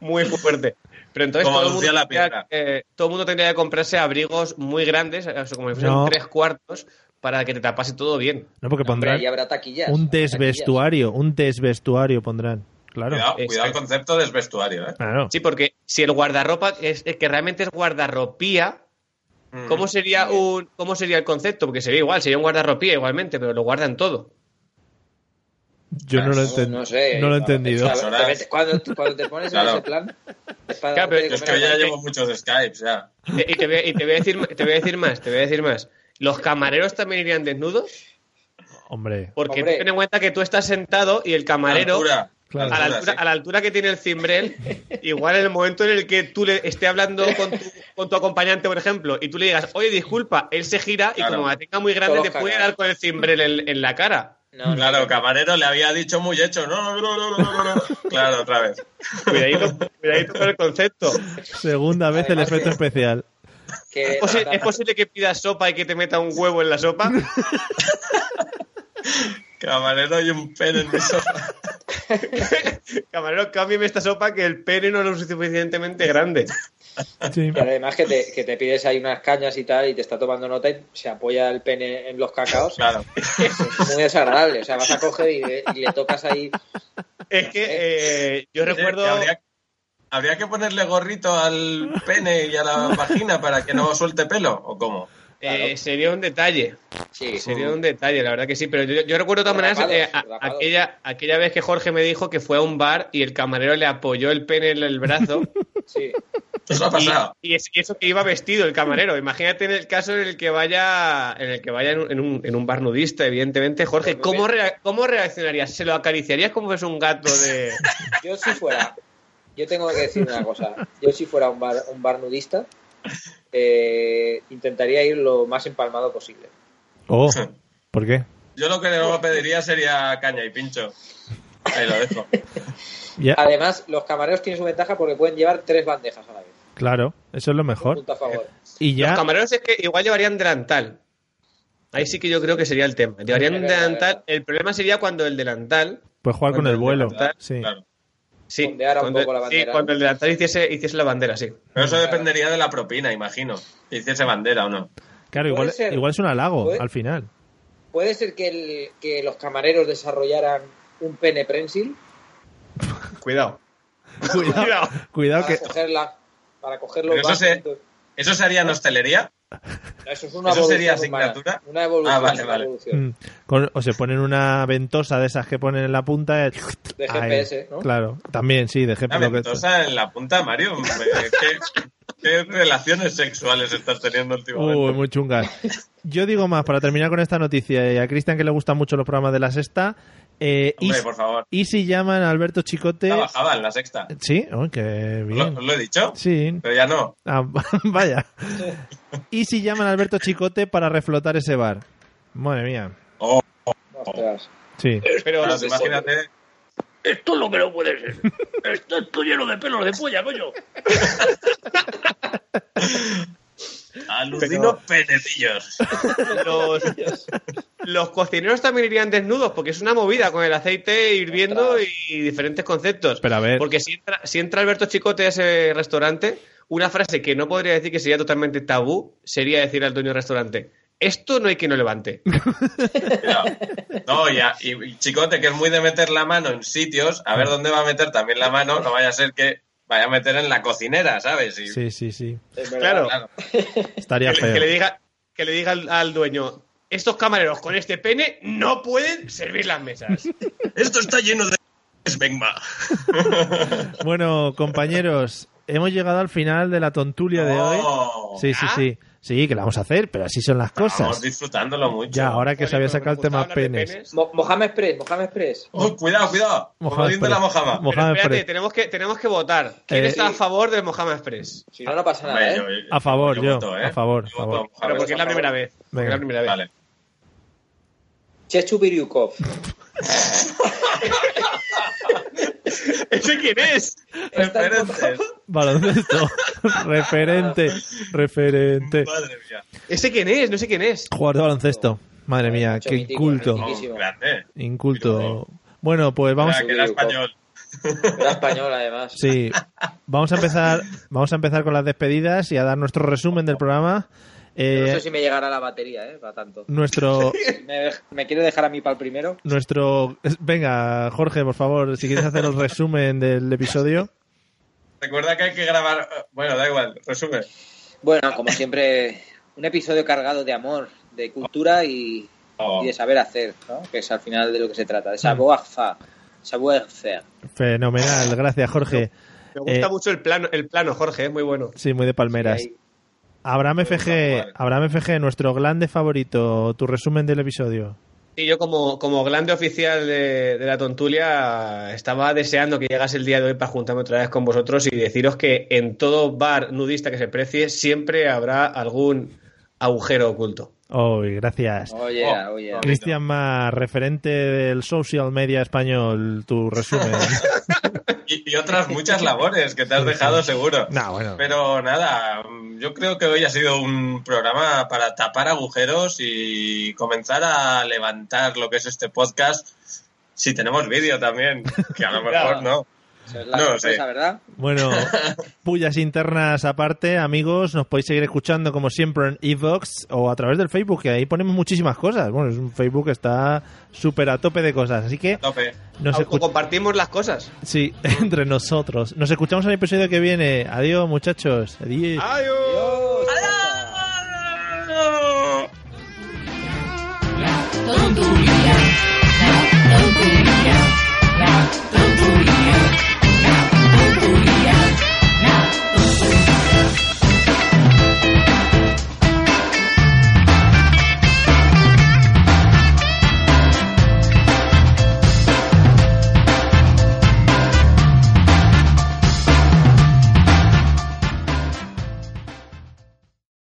S5: muy fuerte. Pero entonces
S4: Como
S5: todo el,
S4: Lucía
S5: mundo
S4: la
S5: tendría, que- todo el mundo tendría que comprarse abrigos muy grandes, o sea, como si fueran
S2: No.
S5: tres cuartos, para que te tapase todo bien.
S2: No, porque
S3: Hombre,
S2: pondrán
S3: ahí habrá taquillas.
S2: un
S3: habrá taquillas.
S2: desvestuario, un desvestuario pondrán. Claro.
S4: Cuidado,
S5: Exacto.
S4: cuidado el concepto de vestuario, ¿eh?
S2: Claro.
S5: Sí, porque si el guardarropa es, es que realmente es guardarropía,
S4: Mm.
S5: ¿cómo sería
S3: bien.
S5: un cómo sería el concepto? Porque sería igual, sería un guardarropía igualmente, pero lo guardan todo.
S2: Yo no lo, enten-
S3: No, no sé.
S2: no lo he
S3: claro,
S2: entendido.
S3: es que, a ver, te metes- cuando, cuando te pones
S4: Claro.
S3: en ese plan, es para
S5: Claro, pero
S3: darte de
S4: Yo es
S3: comer
S4: que
S3: a
S4: ya
S3: cualquier-
S4: llevo muchos Skypes, ya.
S5: Eh, Y y te voy, a- y te voy a decir te voy a decir más, te voy a decir más. Los camareros también irían desnudos,
S2: Hombre,
S5: porque
S3: Hombre.
S5: ten en cuenta que tú estás sentado y el camarero
S4: Altura,
S2: Claro.
S5: a la,
S4: altura,
S5: altura,
S4: sí.
S5: a la altura que tiene el cimbrel, igual en el momento en el que tú le esté hablando con tu, con tu acompañante, por ejemplo, y tú le digas, oye, disculpa, él se gira y
S4: Claro.
S5: como la tenga muy grande
S3: Todos
S5: te puede
S3: cagados.
S5: dar con el cimbrel en, en la cara.
S3: No, no,
S4: Claro, camarero le había dicho muy hecho. No, no, no, no, no, no, no. Claro, otra vez.
S5: Cuidadito, cuidadito con el concepto.
S2: segunda vez el
S3: Además
S2: efecto
S3: que-
S2: especial.
S3: que-
S5: ¿Es, posi- es posible que pidas sopa y que te meta un huevo en la sopa?
S4: Camarero y un pene en mi sofá.
S5: Camarero, cámbiame esta sopa que el pene no es lo suficientemente grande.
S2: Sí.
S3: Pero además que te, que te pides ahí unas cañas y tal y te está tomando nota y se apoya el pene en los cacaos.
S4: Claro.
S3: Es muy desagradable. O sea, vas a coger y le, y le tocas ahí.
S5: Es que eh, yo
S4: Oye,
S5: recuerdo...
S4: que Habría, habría que ponerle gorrito al pene y a la vagina para que no suelte pelo, ¿o cómo?
S5: eh,
S3: claro.
S5: sería un detalle.
S3: Sí,
S5: Sería un detalle, la verdad que sí, pero yo, yo recuerdo de todas maneras
S3: Rapados,
S5: eh, a-
S3: rapados.
S5: aquella, aquella vez que Jorge me dijo que fue a un bar y el camarero le apoyó el pene en el brazo
S3: sí.
S4: Eso ha
S5: y,
S4: pasado.
S5: y es- y eso que iba vestido el camarero. Imagínate en el caso en el que vaya en el que vaya en un, en un- en un bar nudista, evidentemente. Jorge,
S3: Pues muy
S5: ¿cómo, rea- ¿cómo reaccionarías? ¿Se lo acariciarías como fuese un gato de...?
S3: Yo si fuera, yo tengo que decir una cosa. Yo si fuera un bar, un bar nudista, eh, intentaría ir lo más empalmado posible.
S2: Oh, ¿por qué?
S4: Yo lo que le pediría sería caña y pincho. Ahí lo dejo.
S2: Ya,
S3: Además, los camareros tienen su ventaja porque pueden llevar tres bandejas a la vez.
S2: claro, eso es lo
S3: Un
S2: mejor. Eh.
S3: punto a favor.
S2: Y
S5: Los
S2: ya,
S5: camareros es que igual llevarían delantal. Ahí sí que yo creo que sería el tema. Llevarían un
S3: Es verdad,
S5: delantal.
S3: verdad.
S5: El problema sería cuando el delantal
S2: pues jugar con el vuelo.
S4: Claro,
S2: Sí.
S4: claro.
S5: Sí,
S3: Ondeara un
S5: cuando,
S3: poco la
S5: sí,
S3: bandera, ¿no?
S5: cuando el delantal hiciese, hiciese la bandera, sí.
S4: Pero eso dependería de la propina, imagino. Hiciese bandera o no.
S2: Claro, igual,
S3: Puede ser.
S2: igual es un halago
S3: Puede-
S2: al final.
S3: ¿Puede ser que, el- que los camareros desarrollaran un pene prensil
S5: Cuidado.
S2: Cuidado, cuidado
S3: para
S2: que
S3: cogerla? Para coger los
S4: Pero eso se-
S3: bandidos?
S4: ¿Eso se haría en hostelería?
S3: Eso, es una
S4: ¿Eso sería
S3: evolución humana,
S4: asignatura?
S3: Una evolución.
S4: Ah, vale,
S3: una
S4: vale.
S3: evolución.
S2: Mm. Con- o se ponen una ventosa de esas que ponen en la punta. eh,
S3: De
S2: ahí.
S3: GPS, ¿no?
S2: Claro, también, sí, de
S4: Una
S2: GPS. lo que-
S4: ventosa en la punta, Mario. hombre, ¿Qué, qué relaciones sexuales estás teniendo últimamente?
S2: Uy, muy chungas. Yo digo más, para terminar con esta noticia, y a Cristian que le gustan mucho los programas de la sexta, eh, y,
S4: Hombre, por favor.
S2: y si llaman a Alberto Chicote...
S4: Trabajaba en la sexta.
S2: Sí, oh, qué
S4: ¿Os lo,
S2: bien.
S4: os lo he dicho?
S2: Sí,
S4: Pero ya no.
S2: Ah, vaya. ¿Y si llaman a Alberto Chicote para reflotar ese bar? Madre mía.
S3: Ostras.
S2: Sí.
S5: Pero
S4: Pues imagínate.
S6: Esto es lo que no puede ser. Esto es lleno de pelos de polla, coño.
S4: Alucino penecillos.
S5: los, los cocineros también irían desnudos porque es una movida con el aceite hirviendo
S3: Ostras.
S5: y diferentes conceptos.
S2: Pero eh, a ver.
S5: Porque si entra, si entra Alberto Chicote a ese restaurante, una frase que no podría decir que sería totalmente tabú sería decir al dueño del restaurante. Esto no hay quien lo levante.
S4: Cuidado. No, ya. Y, y chicote, que es muy de meter la mano en sitios, a ver dónde va a meter también la mano, no vaya a ser que vaya a meter en la cocinera, ¿sabes? Y-
S2: Sí, sí, sí.
S3: Es verdad.
S5: Claro,
S4: Claro.
S2: Estaría
S5: que, le- que le
S2: feo.
S5: diga, que le diga al, al dueño, estos camareros con este pene no pueden servir las mesas.
S4: Esto está lleno de esbegma.
S2: Bueno, compañeros, hemos llegado al final de la tontulia de hoy.
S4: Oh,
S2: Sí, sí,
S5: ¿ah?
S2: sí. Sí, que la vamos a hacer, pero así son las
S4: Estamos
S2: cosas.
S4: disfrutándolo mucho.
S2: Ya, ahora que se había
S5: Oye,
S2: sacado el
S5: pero me
S2: tema
S5: gustaba hablar de
S2: penes.
S3: Mo- Mohamed Express, Mohamed Express.
S4: Uy, Oh, cuidado, cuidado.
S2: Mojama
S4: Comodín de la
S2: Express.
S4: mojama.
S2: Mo-
S5: Pero
S2: Mohamed
S5: espérate,
S2: Express.
S5: tenemos que, tenemos que votar. ¿Quién
S2: Eh,
S5: está a
S3: sí.
S5: favor del Mohamed Express?
S3: Si no, no pasa nada,
S4: Hombre,
S3: ¿eh?
S4: yo-
S2: A favor, yo.
S4: voto, ¿eh?
S2: A favor,
S4: Yo
S2: favor.
S4: voto Mojama
S5: Pero porque es la
S4: Express.
S5: primera vez. porque es la
S2: Venga.
S5: primera vez.
S4: Vale.
S3: Chechu Biryukov.
S5: ¿Ese quién es?
S3: Está en-
S4: Referentes.
S2: Baloncesto. referente. Referente.
S4: Madre mía.
S5: ¿Ese quién es? No sé quién es.
S2: Jugador de baloncesto. Madre mía,
S3: Mucho
S2: qué
S3: mítico, ¿eh?
S2: inculto.
S4: Oh,
S3: Riquísimo.
S4: grande.
S2: Inculto.
S4: eh.
S2: Bueno, pues vamos.
S4: Era que era español.
S3: Era español, además.
S2: Sí, vamos a empezar, vamos a empezar con las despedidas y a dar nuestro resumen del programa. Eh,
S3: No sé si me llegará la batería, ¿eh? Para tanto.
S2: Nuestro,
S3: ¿Me, me quiere dejar a mí para el primero?
S2: nuestro, venga, Jorge, por favor, si quieres hacer el resumen del episodio.
S4: Recuerda que hay que grabar. Bueno, da igual, resume.
S3: Bueno, como siempre, un episodio cargado de amor, de cultura y,
S4: Oh,
S3: y de saber hacer, ¿no? Que es al final de lo que se trata, de savoir faire. Savoir faire.
S2: Fenomenal, gracias, Jorge.
S5: Me gusta
S2: Eh,
S5: mucho el plano, el plano, Jorge, es muy bueno.
S2: Sí, muy de palmeras.
S3: Ahí.
S2: Abraham FG, Abraham FG, nuestro glande favorito, tu resumen del episodio.
S5: Y yo como, como grande oficial de, de la Tontulia estaba deseando que llegase el día de hoy para juntarme otra vez con vosotros y deciros que en todo bar nudista que se precie siempre habrá algún agujero oculto.
S2: Oh, gracias.
S3: Oye,
S4: Oh.
S3: oye.
S2: Cristian Más, referente del social media español, tu resumen.
S4: Y, y otras muchas labores que te has dejado seguro.
S2: no, bueno.
S4: Pero nada, mm, yo creo que hoy ha sido un programa para tapar agujeros y comenzar a levantar lo que es este podcast. Si tenemos vídeo también, que a lo mejor no.
S3: Esa es la
S4: No,
S3: sorpresa,
S4: sí.
S3: ¿verdad?
S2: Bueno, pullas internas aparte, amigos, nos podéis seguir escuchando como siempre en Evox o a través del Facebook, que ahí ponemos muchísimas cosas. Bueno, es un Facebook que está súper a tope de cosas, así que
S4: Tope.
S2: nos escuchamos.
S5: Compartimos las cosas.
S2: Sí, entre nosotros. Nos escuchamos en el episodio que viene. Adiós, muchachos. Adiós.
S1: tontulia, la tontulia, la tontulia, la tontulia, la tontulia.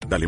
S7: Dale